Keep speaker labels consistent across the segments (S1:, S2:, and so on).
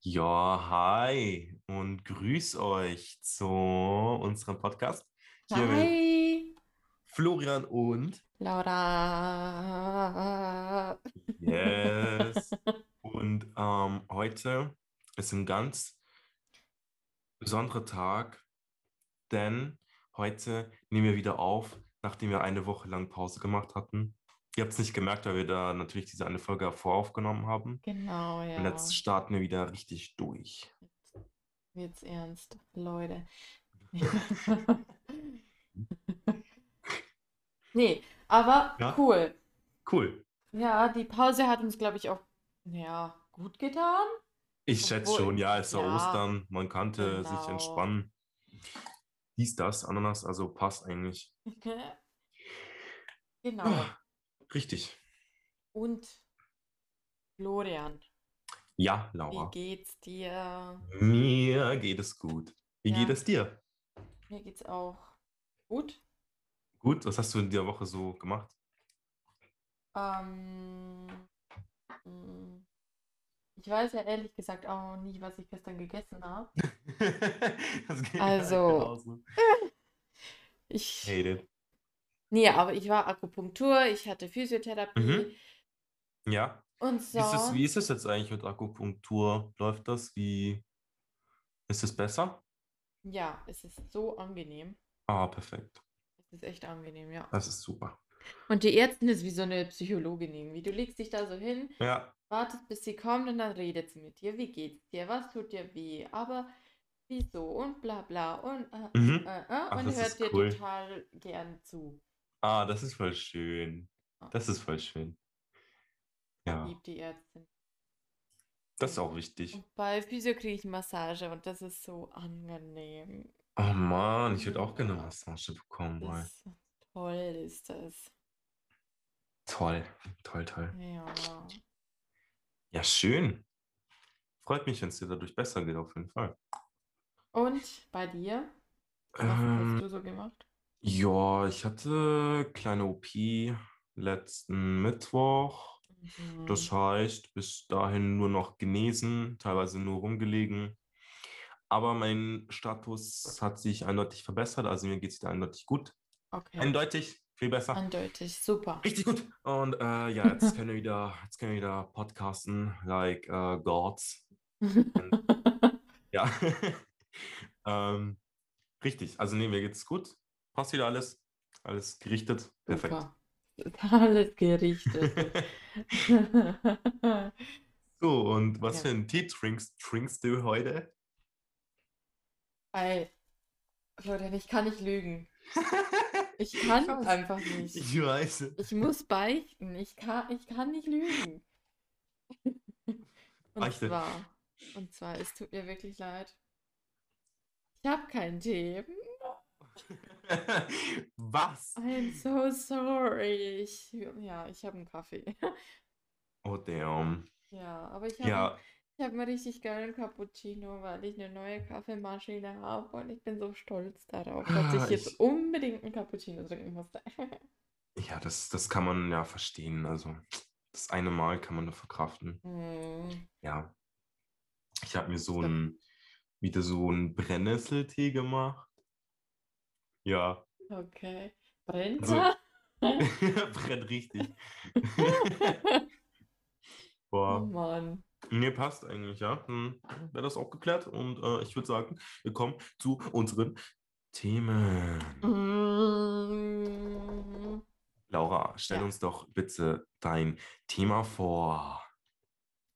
S1: Ja, hi und grüß euch zu unserem Podcast. Hier mit
S2: Hi,
S1: Florian und
S2: Laura.
S1: Yes. Und ähm, heute ist ein ganz besonderer Tag, denn heute nehmen wir wieder auf, nachdem wir eine Woche lang Pause gemacht hatten. Ihr habt es nicht gemerkt, weil wir da natürlich diese eine Folge voraufgenommen haben.
S2: Genau, ja.
S1: Und jetzt starten wir wieder richtig durch.
S2: Jetzt ernst, Leute. nee, aber
S1: Ja?
S2: cool.
S1: Cool.
S2: Ja, die Pause hat uns, glaube ich, auch ja, gut getan.
S1: Ich schätze
S2: Obwohl-
S1: schon, ja, es war
S2: ja,
S1: Ostern, man konnte sich
S2: genau.
S1: entspannen. Dies, das, Ananas, also passt eigentlich.
S2: Genau.
S1: Ah, Richtig.
S2: Und Florian,
S1: Ja,
S2: wie
S1: Laura.
S2: geht's dir?
S1: Mir geht es gut. Wie
S2: Ja.
S1: geht es dir?
S2: Mir geht's auch gut.
S1: Gut, was hast du in der Woche so gemacht?
S2: Ähm, mm, ich weiß ja ehrlich gesagt auch nie, was ich gestern gegessen habe.
S1: Das geht mir halt
S2: Also-
S1: genauso.
S2: Ich,
S1: Hate it.
S2: nee, aber ich war Akupunktur, ich hatte Physiotherapie
S1: Mhm. Ja.
S2: und
S1: Wie ist, es, wie ist
S2: sonst.
S1: es jetzt eigentlich mit Akupunktur? Läuft das? Wie ist es besser?
S2: Ja, es ist so angenehm.
S1: Ah, perfekt.
S2: Es ist echt angenehm, ja.
S1: Das ist super.
S2: Und die Ärztin ist wie so eine Psychologin irgendwie. Du legst dich da so hin,
S1: Ja,
S2: wartest, bis sie kommt und dann redet sie mit dir. Wie geht's dir? Was tut dir weh? Aber wieso? Und bla bla und äh,
S1: mhm.
S2: äh, äh,
S1: Ach,
S2: und
S1: das
S2: hört
S1: ist
S2: dir
S1: cool.
S2: total gern zu.
S1: Ah, das ist voll schön. Das ist voll schön. Ja,
S2: Liebt die Ärztin.
S1: das ist auch wichtig.
S2: Und bei Physio kriege ich Massage und das ist so angenehm.
S1: Oh Mann, ich würde auch gerne eine
S2: Ja.
S1: Massage bekommen wollen.
S2: Das toll ist das.
S1: Toll, toll, toll.
S2: Ja.
S1: Ja, schön. Freut mich, wenn es dir dadurch besser geht, auf jeden Fall.
S2: Und bei dir? Was
S1: Ähm,
S2: hast du so gemacht?
S1: ja, ich hatte kleine OP letzten Mittwoch. Das
S2: Mhm.
S1: heißt, bis dahin nur noch genesen, teilweise nur rumgelegen. Aber mein Status hat sich eindeutig verbessert, also mir geht es wieder eindeutig gut.
S2: Okay.
S1: Eindeutig, viel besser.
S2: Eindeutig, super.
S1: Richtig gut. Und äh, ja, jetzt können wir wieder, jetzt können wir wieder podcasten, like äh, gods. Ja. ähm, richtig. Also nee, mir geht's gut. Passt wieder alles. Alles gerichtet. Perfekt.
S2: Super. Alles gerichtet.
S1: so, und was
S2: Ja.
S1: für einen Tee trinkst, trinkst du heute?
S2: Ey, Florian, ich kann nicht lügen. Ich kann
S1: weiß.
S2: einfach nicht.
S1: Ich weiß.
S2: Ich muss beichten. Ich kann, ich kann nicht lügen. Und
S1: Beichte.
S2: zwar, und zwar, es tut mir wirklich leid. Ich habe keinen Tee.
S1: was?
S2: I'm so sorry. Ich, ja, ich habe einen Kaffee.
S1: Oh, damn.
S2: Ja, aber ich habe
S1: Ja,
S2: ich hab einen richtig geilen Cappuccino, weil ich eine neue Kaffeemaschine habe und ich bin so stolz darauf, dass
S1: Ah,
S2: ich jetzt
S1: ich-
S2: unbedingt einen Cappuccino trinken musste.
S1: ja das, das kann man ja verstehen. Also, das eine Mal kann man nur verkraften.
S2: Hm.
S1: Ja. Ich habe mir so
S2: glaub-
S1: ein, wieder so einen Brennnesseltee gemacht. Ja,
S2: Okay. Brennt
S1: Also-
S2: er?
S1: brennt richtig.
S2: Oh
S1: Boah.
S2: Mann.
S1: Mir passt eigentlich, ja. Dann wäre das auch geklärt. Und äh, ich würde sagen, wir kommen zu unseren Themen.
S2: Mm.
S1: Laura, stell
S2: Ja.
S1: uns doch bitte dein Thema vor.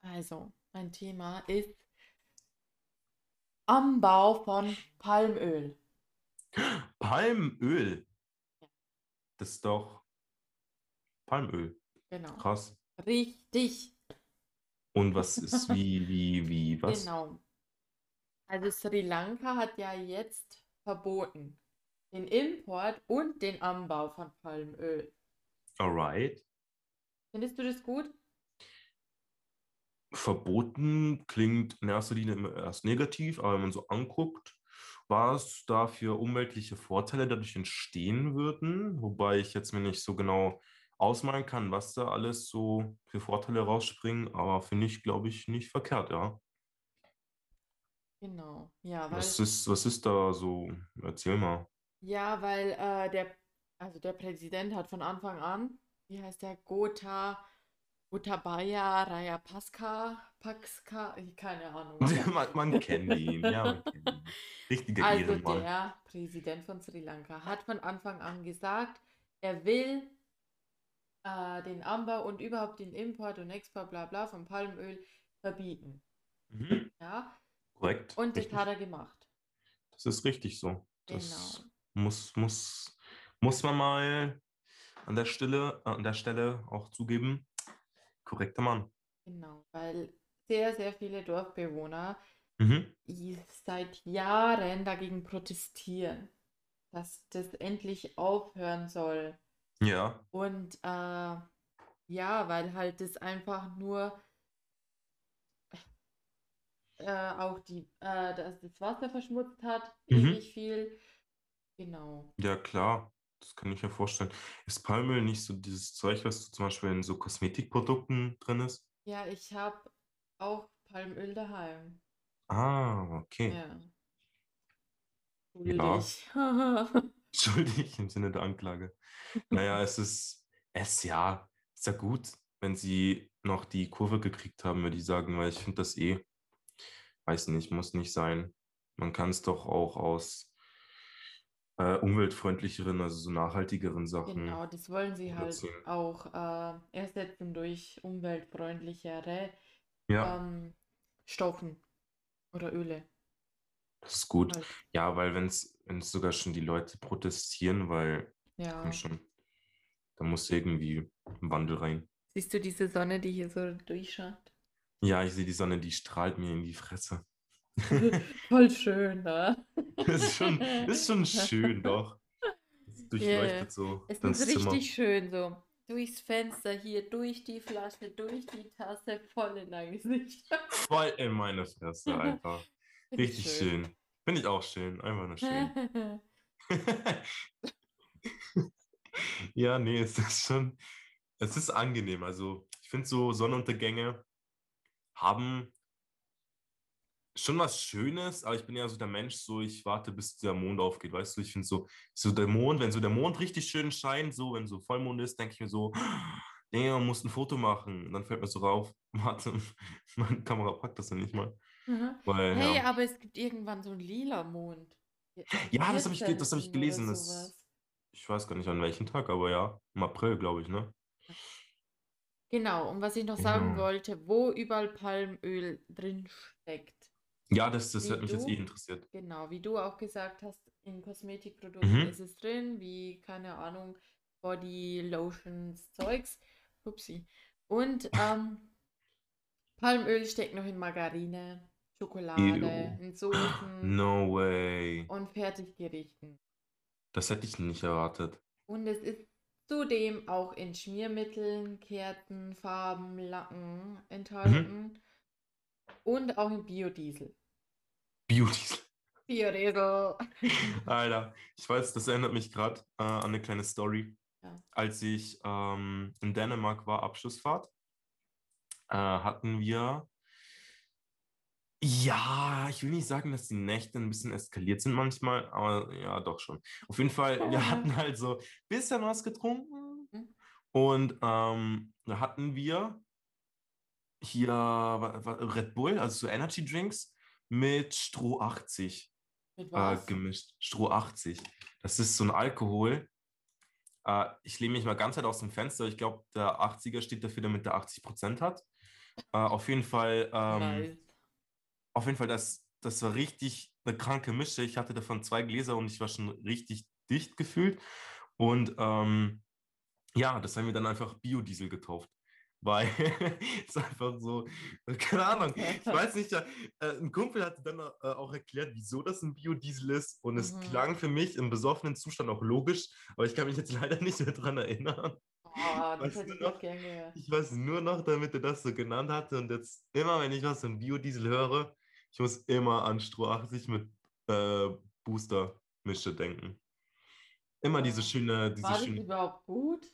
S2: Also, mein Thema ist Anbau von Palmöl.
S1: Palmöl. Das ist doch Palmöl.
S2: Genau.
S1: Krass.
S2: Richtig.
S1: Und was ist wie, wie, wie, was?
S2: Genau. Also Sri Lanka hat ja jetzt verboten den Import und den Anbau von Palmöl.
S1: Alright.
S2: Findest du das gut?
S1: verboten klingt in erster Linie immer erst negativ, aber wenn man so anguckt, was da für umweltliche Vorteile dadurch entstehen würden, wobei ich jetzt mir nicht so genau ausmalen kann, was da alles so für Vorteile rausspringen, aber finde ich, glaube ich, nicht verkehrt, ja.
S2: Genau. Ja, weil,
S1: Was ist, was ist da so? Erzähl mal.
S2: ja, weil äh, der, also der Präsident hat von Anfang an, wie heißt der, Gotha, Gotabaya Rajapaksa, Paksa, keine Ahnung.
S1: Man, man kennt ihn, ja, man kennt ihn. Richtiger
S2: Also
S1: Ehrenmann.
S2: der Präsident von Sri Lanka hat von Anfang an gesagt, er will äh, den Anbau und überhaupt den Import und Export bla bla von Palmöl verbieten.
S1: Mhm.
S2: Ja,
S1: Korrekt,
S2: und das
S1: richtig.
S2: hat er gemacht.
S1: Das ist richtig so. Das
S2: Genau.
S1: muss, muss, muss man mal an der Stelle, an der Stelle auch zugeben. Korrekter Mann.
S2: Genau, weil sehr, sehr viele Dorfbewohner
S1: Mhm.
S2: i- seit Jahren dagegen protestieren, dass das endlich aufhören soll.
S1: Ja,
S2: Und äh, ja, weil halt das einfach nur äh, auch die, äh, dass das Wasser verschmutzt hat,
S1: Mhm.
S2: ewig viel. Genau.
S1: ja, klar. Das kann ich mir vorstellen. Ist Palmöl nicht so dieses Zeug, was zum Beispiel in so Kosmetikprodukten drin ist?
S2: Ja, ich habe auch Palmöl daheim.
S1: Ah, okay.
S2: Ja.
S1: Ja.
S2: Schuldig. Ja,
S1: Schuldig im Sinne der Anklage. Naja, es ist, es ja, ist ja gut, wenn sie noch die Kurve gekriegt haben, würde ich sagen, weil ich finde das eh, weiß nicht, muss nicht sein. Man kann es doch auch aus äh, umweltfreundlicheren, also so nachhaltigeren Sachen.
S2: Genau, das wollen sie halt
S1: Produzieren.
S2: auch äh, ersetzen durch umweltfreundlichere
S1: Ja,
S2: ähm, Stoffen oder Öle
S1: das ist gut.
S2: halt.
S1: Ja, weil wenn es sogar schon die Leute protestieren, weil, komm
S2: Ja.
S1: schon, da muss irgendwie ein Wandel rein.
S2: Siehst du diese Sonne, die hier so durchschaut?
S1: Ja, ich sehe die Sonne, die strahlt mir in die Fresse.
S2: Voll schön, ne?
S1: Das ist schon, ist schon schön, doch. Es durchleuchtet
S2: Yeah.
S1: so
S2: Es
S1: dein
S2: ist
S1: Zimmer.
S2: richtig schön so. Durchs Fenster hier, durch die Flasche, durch die Tasse, voll in dein Gesicht.
S1: Voll in meine Fresse, Alter. Richtig schön. Finde ich auch schön. Einfach nur schön. ja, nee, es ist schon. Es ist angenehm. Also, ich finde so Sonnenuntergänge haben schon was Schönes, aber ich bin ja so der Mensch, so ich warte, bis der Mond aufgeht. Weißt du, ich finde so, so der Mond, wenn so der Mond richtig schön scheint, so wenn so Vollmond ist, denke ich mir so, nee, man muss ein Foto machen. Und dann fällt mir so rauf, warte, meine Kamera packt das ja nicht mal.
S2: Mhm.
S1: Weil,
S2: Hey,
S1: ja.
S2: aber es gibt irgendwann so einen lila Mond.
S1: Ja, das habe ich, ge- das hab ich
S2: 14.
S1: gelesen.
S2: Oder
S1: Das,
S2: sowas.
S1: ich weiß gar nicht an welchem Tag, aber ja, im April, glaube ich, ne?
S2: Genau, und was ich noch sagen
S1: Genau.
S2: wollte, wo überall Palmöl drin steckt.
S1: Ja, das, das
S2: Wie
S1: hätte mich jetzt
S2: du?
S1: eh interessiert.
S2: Genau, wie du auch gesagt hast, in Kosmetikprodukten
S1: Mhm.
S2: ist es drin, wie, keine Ahnung, Body Lotions, Zeugs. Upsi. Und ähm, Palmöl steckt noch in Margarine, Schokolade,
S1: Ew.
S2: in Soßen
S1: No way.
S2: und Fertiggerichten.
S1: Das hätte ich nicht erwartet.
S2: Und es ist zudem auch in Schmiermitteln, Kerzen, Farben, Lacken
S1: Mhm.
S2: enthalten und auch in Biodiesel.
S1: Beauty.
S2: Biodiesel.
S1: Alter, ich weiß, das erinnert mich gerade äh, an eine kleine Story.
S2: Ja.
S1: Als ich ähm, in Dänemark war, Abschlussfahrt, äh, hatten wir. Ja, ich will nicht sagen, dass die Nächte ein bisschen eskaliert sind manchmal, aber ja, doch schon. Auf jeden Fall, wir hatten halt so ein bisschen was getrunken
S2: Mhm.
S1: und ähm, da hatten wir hier wa- wa- Red Bull, also so Energy Drinks mit Stroh 80
S2: Mit
S1: äh,
S2: was?
S1: gemischt. Stroh 80. Das ist so ein Alkohol. Äh, ich lehne mich mal ganz weit aus dem Fenster. Ich glaube, der 80er steht dafür, damit der 80% hat. Äh, auf jeden Fall, ähm,
S2: Nice.
S1: auf jeden Fall, das, das war richtig eine kranke Mische. Ich hatte davon zwei Gläser und ich war schon richtig dicht gefühlt. Und ähm, ja, das haben wir dann einfach Biodiesel getauft. Weil es einfach so, keine Ahnung, ich weiß nicht, äh, ein Kumpel hatte dann äh, auch erklärt, wieso das ein Biodiesel ist. Und es
S2: Mhm.
S1: klang für mich im besoffenen Zustand auch logisch, aber ich kann mich jetzt leider nicht mehr dran erinnern.
S2: Oh, das
S1: Weißt
S2: hätte
S1: du
S2: ich noch
S1: noch?
S2: gern gehört.
S1: Ich weiß nur noch, damit er das so genannt hatte. Und jetzt immer, wenn ich was von Biodiesel höre, ich muss immer an Stroh 80 mit äh, Booster-Mische denken. Immer diese
S2: Ja.
S1: schöne, diese
S2: War das
S1: schöne.
S2: überhaupt gut?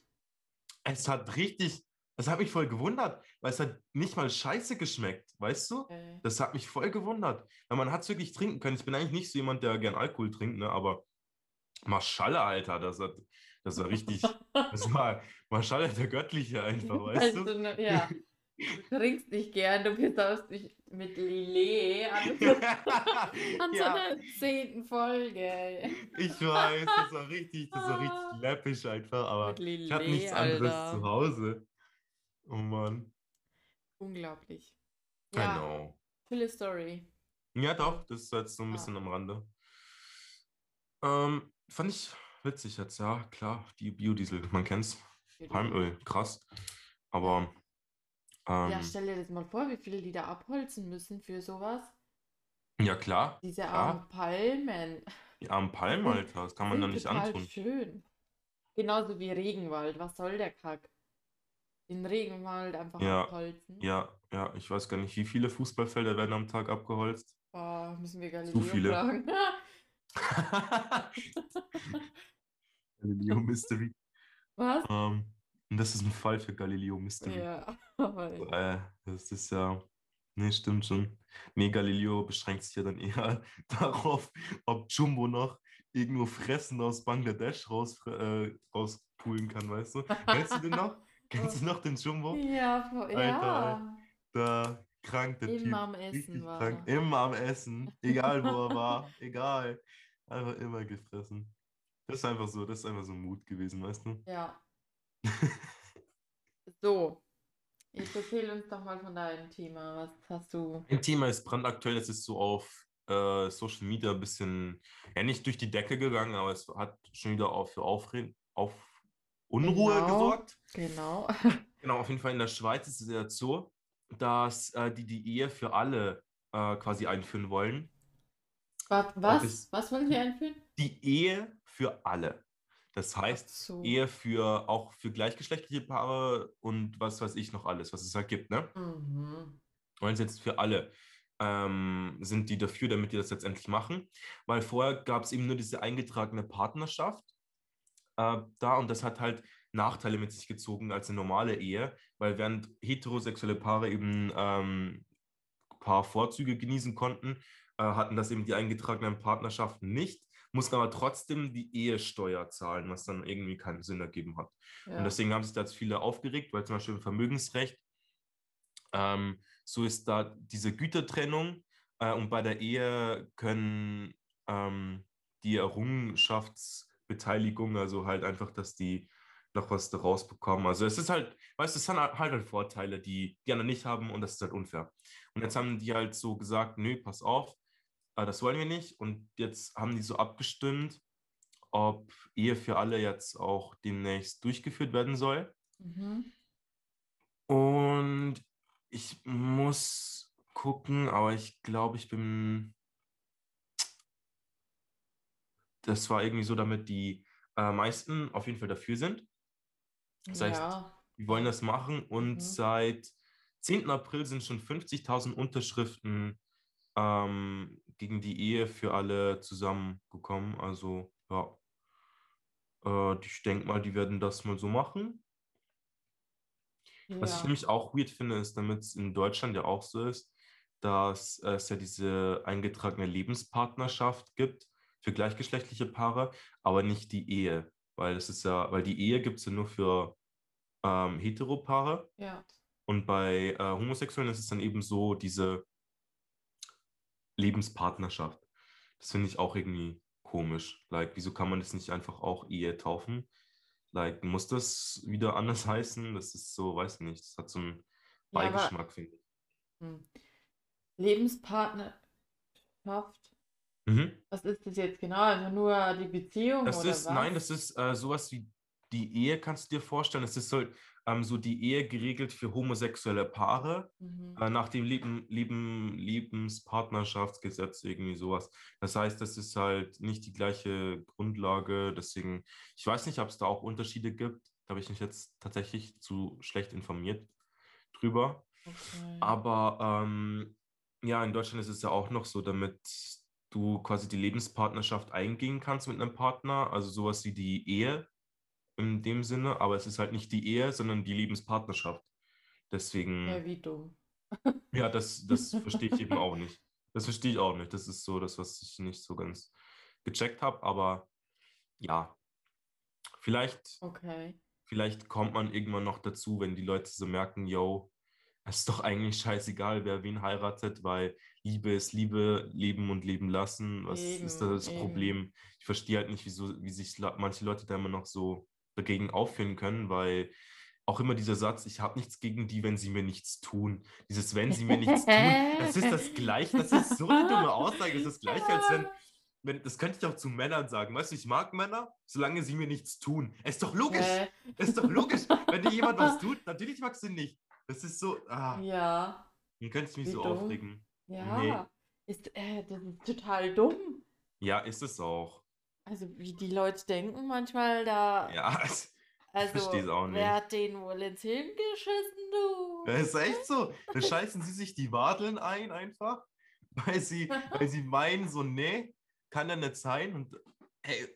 S1: Es hat richtig, Das hat mich voll gewundert, weil es hat nicht mal scheiße geschmeckt, weißt du?
S2: Äh,
S1: Das hat mich voll gewundert, weil man hat es wirklich trinken können. Ich bin eigentlich nicht so jemand, der gern Alkohol trinkt, ne? aber Maschallah, Alter, das, hat, das war richtig, das war Maschallah der Göttliche einfach, weißt
S2: also,
S1: du?
S2: ne, ja, du trinkst nicht gern, du besaufst dich mit Lillet an, an so
S1: ja,
S2: einer zehnten Folge.
S1: ich weiß, das war richtig, das war richtig läppisch einfach,
S2: Mit
S1: aber ich habe
S2: Lillet,
S1: nichts anderes zu
S2: Ah. Alter.
S1: Hause. Oh Mann.
S2: Unglaublich.
S1: I
S2: Ja,
S1: know.
S2: coole Story.
S1: Ja, doch, das ist jetzt so ein
S2: Ja.
S1: bisschen am Rande. Ähm, fand ich witzig jetzt, ja, klar, die Biodiesel, man kennt's. Palmöl, krass. Aber
S2: Ja,
S1: ähm,
S2: stell dir das mal vor, wie viele die da abholzen müssen für sowas.
S1: ja klar,
S2: Diese
S1: klar,
S2: armen Palmen
S1: die armen Palmen,
S2: sind,
S1: Alter, das kann man doch
S2: sind
S1: nicht
S2: total
S1: antun.
S2: schön. Genauso wie Regenwald. Was soll der Kack? Den Regenwald einfach
S1: Ja,
S2: abholzen.
S1: ja, ja, ich weiß gar nicht, wie viele Fußballfelder werden am Tag abgeholzt?
S2: Boah, müssen wir
S1: Zu
S2: Galileo
S1: viele.
S2: fragen.
S1: Galileo Mystery.
S2: Was?
S1: Ähm, und das ist ein Fall für Galileo Mystery.
S2: Ja, aber
S1: So, Äh, das ist ja. Nee, stimmt schon. Nee, Galileo beschränkt sich ja dann eher darauf, ob Jumbo noch irgendwo Fressen aus Bangladesch raus, äh, rauspulen kann, weißt du? Kennst du den noch? Kennst du noch den Jumbo?
S2: Ja, vo-
S1: Alter,
S2: ja.
S1: da krank der
S2: Immer
S1: Typ.
S2: am Essen
S1: Richtig
S2: war
S1: krank.
S2: er.
S1: Immer am Essen. Egal wo er war. Egal. Einfach immer gefressen. Das ist einfach so, das ist einfach so Mut gewesen, weißt du?
S2: Ja, so. Jetzt erzähl uns doch mal von deinem Thema. Was hast du?
S1: Ein Thema ist brandaktuell, das ist so auf äh, Social Media ein bisschen, ja nicht durch die Decke gegangen, aber es hat schon wieder auch für Aufre auf Unruhe
S2: Genau,
S1: gesorgt.
S2: genau.
S1: Genau, auf jeden Fall in der Schweiz ist es ja so, dass äh, die die Ehe für alle äh, quasi einführen wollen.
S2: Was,
S1: Das
S2: was,
S1: ist
S2: was wollen wir einführen?
S1: die Ehe für alle. Das
S2: Ach
S1: heißt,
S2: so.
S1: Ehe für auch für gleichgeschlechtliche Paare und was weiß ich noch alles, was es da gibt, ne?
S2: Mhm.
S1: wollen es jetzt für alle. Ähm, sind die dafür, damit die das jetzt endlich machen? Weil vorher gab es eben nur diese eingetragene Partnerschaft äh, da und das hat halt Nachteile mit sich gezogen als eine normale Ehe, weil während heterosexuelle Paare eben ähm, paar Vorzüge genießen konnten, äh, hatten das eben die eingetragenen Partnerschaften nicht, mussten aber trotzdem die Ehesteuer zahlen, was dann irgendwie keinen Sinn ergeben hat. Und
S2: Ja.
S1: deswegen haben sich da jetzt viele aufgeregt, weil zum Beispiel im Vermögensrecht ähm, so ist da diese Gütertrennung äh, und bei der Ehe können ähm, die Errungenschaftsbeteiligung, also halt einfach, dass die noch was daraus bekommen. Also es ist halt, weißt du, es sind halt halt Vorteile, die die anderen nicht haben und das ist halt unfair. Und jetzt haben die halt so gesagt, nö, pass auf, äh, das wollen wir nicht. Und jetzt haben die so abgestimmt, ob Ehe für alle jetzt auch demnächst durchgeführt werden soll.
S2: Mhm.
S1: Und ich muss gucken, aber ich glaube, ich bin. Das war irgendwie so, damit die äh, meisten auf jeden Fall dafür sind. Das heißt,
S2: Ja.
S1: die wollen das machen und
S2: Mhm.
S1: seit 10. April sind schon 50.000 Unterschriften ähm, gegen die Ehe für alle zusammengekommen. Also, ja, äh, ich denke mal, die werden das mal so machen. Was ich
S2: Ja.
S1: nämlich auch weird finde, ist, damit es in Deutschland ja auch so ist, dass äh, es ja diese eingetragene Lebenspartnerschaft gibt für gleichgeschlechtliche Paare, aber nicht die Ehe. Weil es ist ja, weil die Ehe gibt es ja nur für ähm, Heteropaare
S2: Ja.
S1: und bei äh, Homosexuellen ist es dann eben so diese Lebenspartnerschaft. Das finde ich auch irgendwie komisch. Like, wieso kann man das nicht einfach auch Ehe taufen? Like, muss das wieder anders heißen? Das ist so, weiß nicht, das hat so einen
S2: Ja, aber
S1: Beigeschmack, finde ich.
S2: hm. Lebenspartnerschaft,
S1: Mhm.
S2: was ist das jetzt genau? Also nur die Beziehung
S1: Das
S2: oder
S1: ist, nein,
S2: was?
S1: das ist äh, sowas wie die Ehe, kannst du dir vorstellen. Das ist so, ähm, so die Ehe geregelt für homosexuelle Paare.
S2: Mhm.
S1: Äh, nach dem Leben, Leben, Lebenspartnerschaftsgesetz irgendwie sowas. Das heißt, das ist halt nicht die gleiche Grundlage. Deswegen, ich weiß nicht, ob es da auch Unterschiede gibt. Da habe ich mich jetzt tatsächlich zu schlecht informiert drüber.
S2: Okay.
S1: Aber ähm, ja, in Deutschland ist es ja auch noch so, damit du quasi die Lebenspartnerschaft eingehen kannst mit einem Partner, also sowas wie die Ehe. in dem Sinne, aber es ist halt nicht die Ehe, sondern die Lebenspartnerschaft. Deswegen,
S2: Ja, wie dumm.
S1: ja, das, das verstehe ich eben auch nicht. Das verstehe ich auch nicht. Das ist so das, was ich nicht so ganz gecheckt habe, aber ja. Vielleicht
S2: Okay.
S1: vielleicht kommt man irgendwann noch dazu, wenn die Leute so merken, yo, es ist doch eigentlich scheißegal, wer wen heiratet, weil Liebe ist Liebe, leben und leben lassen. Was ist da
S2: Eben,
S1: das
S2: eben.
S1: Problem? Ich verstehe halt nicht, wieso, wie sich la- manche Leute da immer noch so dagegen aufführen können, weil auch immer dieser Satz, ich habe nichts gegen die, wenn sie mir nichts tun. Dieses, wenn sie mir nichts tun, das ist das Gleiche, das ist so eine dumme Aussage, das ist das Gleiche, als wenn, wenn, das könnte ich auch zu Männern sagen. Weißt du, ich mag Männer, solange sie mir nichts tun. Ist doch logisch.
S2: Äh,
S1: Ist doch logisch, wenn dir jemand was tut, natürlich magst du ihn nicht. Das ist so, ah,
S2: ja.
S1: dann könnte ich mich
S2: Wie
S1: so
S2: dumm.
S1: aufregen.
S2: Ja. Ist, äh, das ist total dumm.
S1: Ja, ist es auch.
S2: Also wie die Leute denken manchmal da.
S1: Ja, es-
S2: also
S1: versteh's auch nicht.
S2: wer hat den wohl ins Hirn geschissen, du?
S1: das ist echt so. Dann scheißen sie sich die Wadeln ein einfach, weil sie, weil sie meinen so, nee, kann ja nicht sein. Und ey,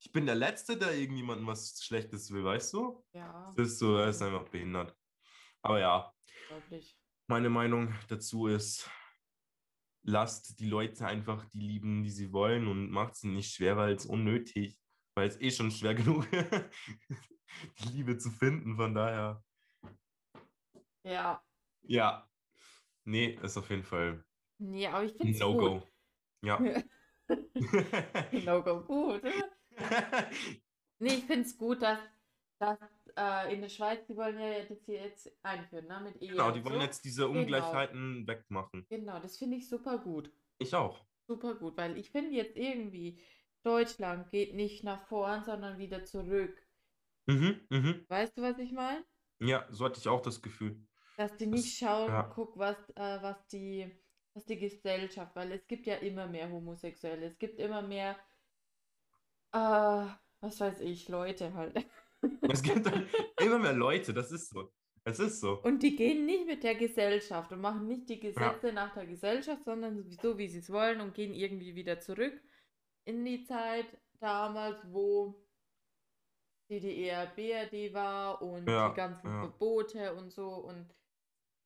S1: ich bin der Letzte, der irgendjemandem was Schlechtes will, weißt du?
S2: Ja,
S1: Das ist so, das ist einfach behindert. Aber ja,
S2: unglaublich.
S1: Meine Meinung dazu ist, lasst die Leute einfach die lieben, die sie wollen und macht sie nicht schwer, weil es unnötig, weil es eh schon schwer genug die Liebe zu finden, von daher.
S2: Ja.
S1: Ja. Nee, ist auf jeden Fall
S2: Nee, aber ich
S1: ein
S2: finde es gut.
S1: No-Go. Ja.
S2: No-Go, gut. Nee, ich finde es gut, dass, dass äh, in der Schweiz, die wollen ja das hier jetzt einführen, ne? Mit Ehe
S1: genau,
S2: und
S1: die wollen
S2: so.
S1: jetzt diese Ungleichheiten wegmachen.
S2: Genau, das finde ich super gut.
S1: Ich auch.
S2: Super gut, weil ich finde jetzt irgendwie, Deutschland geht nicht nach vorn, sondern wieder zurück.
S1: Mhm, mhm.
S2: Weißt du, was ich meine?
S1: Ja, so hatte ich auch das Gefühl.
S2: Dass die nicht schauen,
S1: ja.
S2: guck, was, äh, was die, was die Gesellschaft, weil es gibt ja immer mehr Homosexuelle, es gibt immer mehr, äh, was weiß ich, Leute halt.
S1: Es gibt immer mehr Leute, das ist so. Es ist so.
S2: Und die gehen nicht mit der Gesellschaft und machen nicht die Gesetze nach der Gesellschaft, sondern so, wie sie es wollen und gehen irgendwie wieder zurück in die Zeit damals, wo E DDR, BRD war und
S1: Ja,
S2: die ganzen
S1: ja.
S2: Verbote und so. Und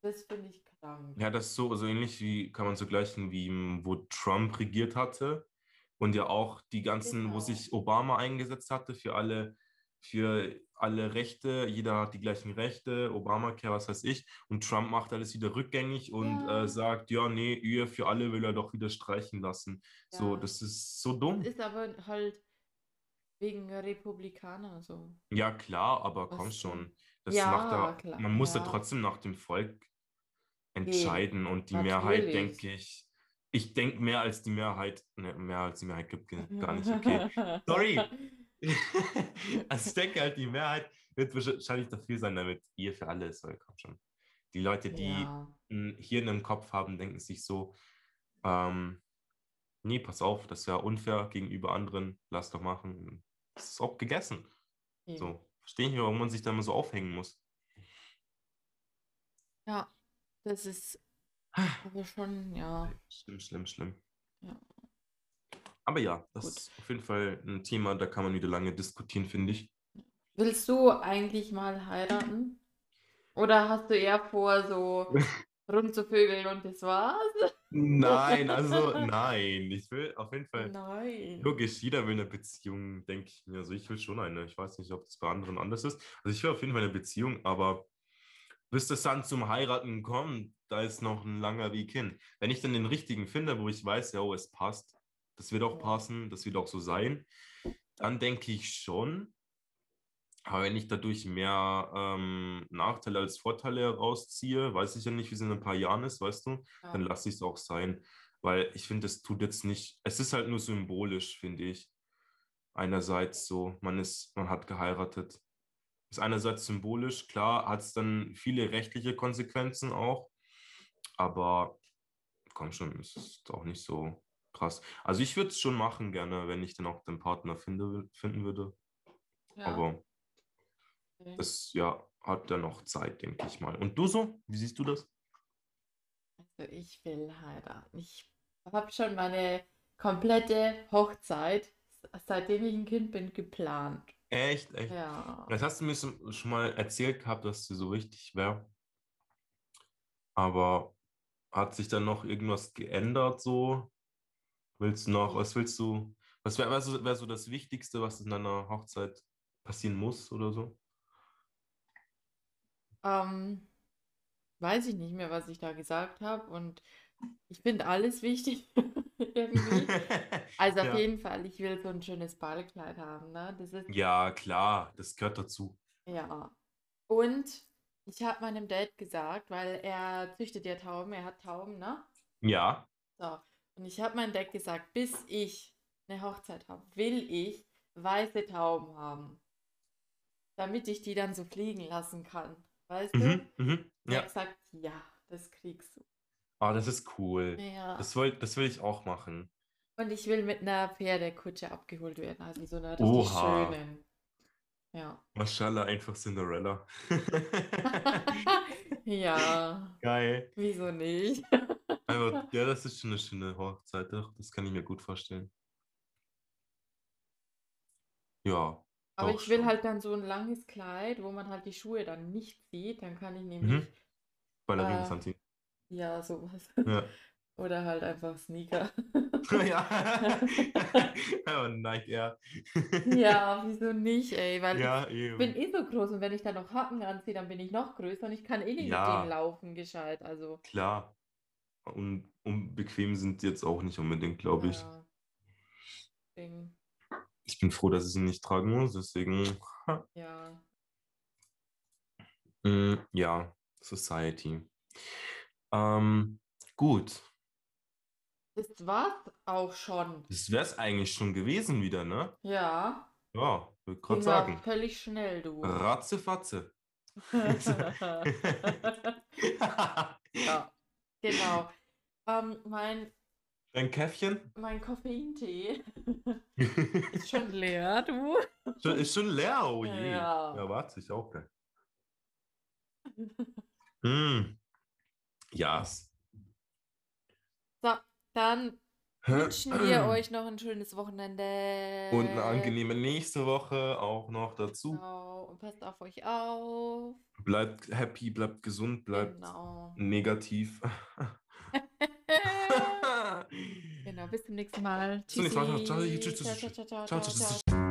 S2: das finde ich krank.
S1: Ja, das ist so, so ähnlich wie, kann man vergleichen, wie m, wo Trump regiert hatte und ja auch die ganzen, wo
S2: Genau.
S1: sich Obama eingesetzt hatte für alle, für alle Rechte, jeder hat die gleichen Rechte, Obamacare, was weiß ich, und Trump macht alles wieder rückgängig und
S2: Ja.
S1: äh, sagt, ja, nee, Ehe für alle will er doch wieder streichen lassen. So,
S2: Ja.
S1: das ist so dumm.
S2: Ist aber halt wegen Republikaner so.
S1: Ja, klar, aber
S2: Was
S1: komm
S2: denn?
S1: schon. Das
S2: Ja,
S1: macht da,
S2: klar,
S1: man muss ja
S2: ja.
S1: trotzdem nach dem Volk entscheiden und die Mehrheit,
S2: natürlich.
S1: denke ich, ich denke mehr als die Mehrheit, ne, mehr als die Mehrheit gibt ge- gar nicht, okay. Sorry. also ich denke halt, die Mehrheit wird wahrscheinlich dafür sein, damit ihr für alle ist, weil komm schon. Die Leute, die
S2: Ja.
S1: ein Hirn im Kopf haben, denken sich so, ähm, nee, pass auf, das ist ja unfair gegenüber anderen, lass doch machen. Das ist auch gegessen.
S2: eben.
S1: So, verstehe ich nicht, warum man sich da immer so aufhängen muss.
S2: Ja, das ist
S1: Ah.
S2: aber schon, ja.
S1: Schlimm, schlimm, schlimm.
S2: Ja.
S1: Aber ja, das
S2: Gut.
S1: ist auf jeden Fall ein Thema, da kann man wieder lange diskutieren, finde ich.
S2: Willst du eigentlich mal heiraten? Oder hast du eher vor, so rumzuvögeln und das war's?
S1: Nein, also nein, ich will auf jeden Fall.
S2: Nein.
S1: Logisch, jeder will eine Beziehung, denke ich mir. Also ich will schon eine. Ich weiß nicht, ob das bei anderen anders ist. Also ich will auf jeden Fall eine Beziehung, aber bis das dann zum Heiraten kommt, da ist noch ein langer Weg hin. Wenn ich dann den richtigen finde, wo ich weiß, ja, oh, es passt, das wird auch
S2: Ja.
S1: passen, das wird auch so sein, dann denke ich schon. Aber wenn ich dadurch mehr ähm, Nachteile als Vorteile herausziehe, weiß ich ja nicht, wie es in ein paar Jahren ist, weißt du?
S2: Ja.
S1: dann lasse ich es auch sein. Weil ich finde, es tut jetzt nicht, es ist halt nur symbolisch, finde ich. Einerseits so, man ist, man hat geheiratet. Ist einerseits symbolisch, klar, hat es dann viele rechtliche Konsequenzen auch, aber komm schon, es ist auch nicht so krass. Also ich würde es schon machen gerne, wenn ich dann auch den Partner finde, finden würde.
S2: Ja,
S1: Aber
S2: okay.
S1: das ja hat dann noch Zeit, denke ich mal. Und du so? Wie siehst du das?
S2: Also ich will heiraten. Ich habe schon meine komplette Hochzeit seitdem ich ein Kind bin, geplant.
S1: Echt, echt.
S2: Ja.
S1: Das hast du mir so- schon mal erzählt gehabt, dass sie so wichtig wäre. Aber hat sich dann noch irgendwas geändert so? Willst du noch, was willst du, was wäre wär so, wär so das Wichtigste, was in deiner Hochzeit passieren muss oder so?
S2: Ähm, weiß ich nicht mehr, was ich da gesagt habe. Und ich finde alles wichtig irgendwie. Also auf
S1: Ja.
S2: jeden Fall, ich will so ein schönes Ballkleid haben, ne? Das ist
S1: Ja, klar, das gehört dazu.
S2: ja. Und ich habe meinem Dad gesagt, weil er züchtet ja Tauben, er hat Tauben, ne?
S1: Ja,
S2: So. Und ich habe meinem Dad gesagt, bis ich eine Hochzeit habe, will ich weiße Tauben haben, damit ich die dann so fliegen lassen kann. Weißt du?
S1: mhm, mhm,
S2: Und er
S1: ja.
S2: hat gesagt, ja, das kriegst du.
S1: Ah, das ist cool.
S2: Ja.
S1: Das will, das will ich auch machen.
S2: Und ich will mit einer Pferdekutsche abgeholt werden, also so einer richtig
S1: Oha.
S2: schönen. Ja.
S1: Mashallah, einfach Cinderella.
S2: Ja,
S1: Geil.
S2: wieso nicht?
S1: Aber Also, ja, das ist schon eine schöne Hochzeit, doch, das kann ich mir gut vorstellen. Ja,
S2: Aber
S1: Doch
S2: ich will
S1: schon.
S2: halt dann so ein langes Kleid, wo man halt die Schuhe dann nicht sieht. Dann kann ich nämlich,
S1: mhm. Ballerina
S2: Äh,
S1: Santi.
S2: ja, sowas.
S1: Ja.
S2: Oder halt einfach Sneaker.
S1: ja. oh nein, ja.
S2: Ja, wieso nicht, ey? Weil
S1: Ja, ähm.
S2: ich
S1: eben.
S2: bin eh so groß und wenn ich dann noch Haken anziehe, dann bin ich noch größer und ich kann eh nicht mit
S1: Ja.
S2: denen laufen, gescheit. Also,
S1: Klar. Und unbequem sind die jetzt auch nicht unbedingt, glaube ich.
S2: ja. Deswegen,
S1: Ich bin froh, dass ich sie nicht tragen muss, deswegen.
S2: ja.
S1: Mm, ja, Society. Ähm, gut.
S2: Das war's auch schon.
S1: Das wäre es eigentlich schon gewesen wieder, ne?
S2: Ja,
S1: Ja, würde gerade
S2: ging aber
S1: sagen.
S2: völlig schnell, du.
S1: Ratzefatze.
S2: Ja, genau. Ähm, mein,
S1: Dein Käffchen?
S2: mein Koffeintee ist schon leer, du.
S1: Schon- ist schon leer, oh je.
S2: Ja.
S1: Ja, warte, ich auch gleich. Mm. Ja.
S2: Dann wünschen wir euch noch ein schönes Wochenende.
S1: Und eine angenehme nächste Woche auch noch dazu.
S2: Äh. Genau. Und passt auf euch auf.
S1: Bleibt happy, bleibt gesund, bleibt
S2: Genau.
S1: negativ.
S2: Genau, bis zum nächsten Mal. Genau.
S1: Bis zum nächsten Mal. Ciao,
S2: Tschüssi.
S1: tschüss, tschüss,
S2: Ciao, ciao, ciao,
S1: Ciao,
S2: ciao,
S1: tschüss.
S2: ciao.
S1: tschüss.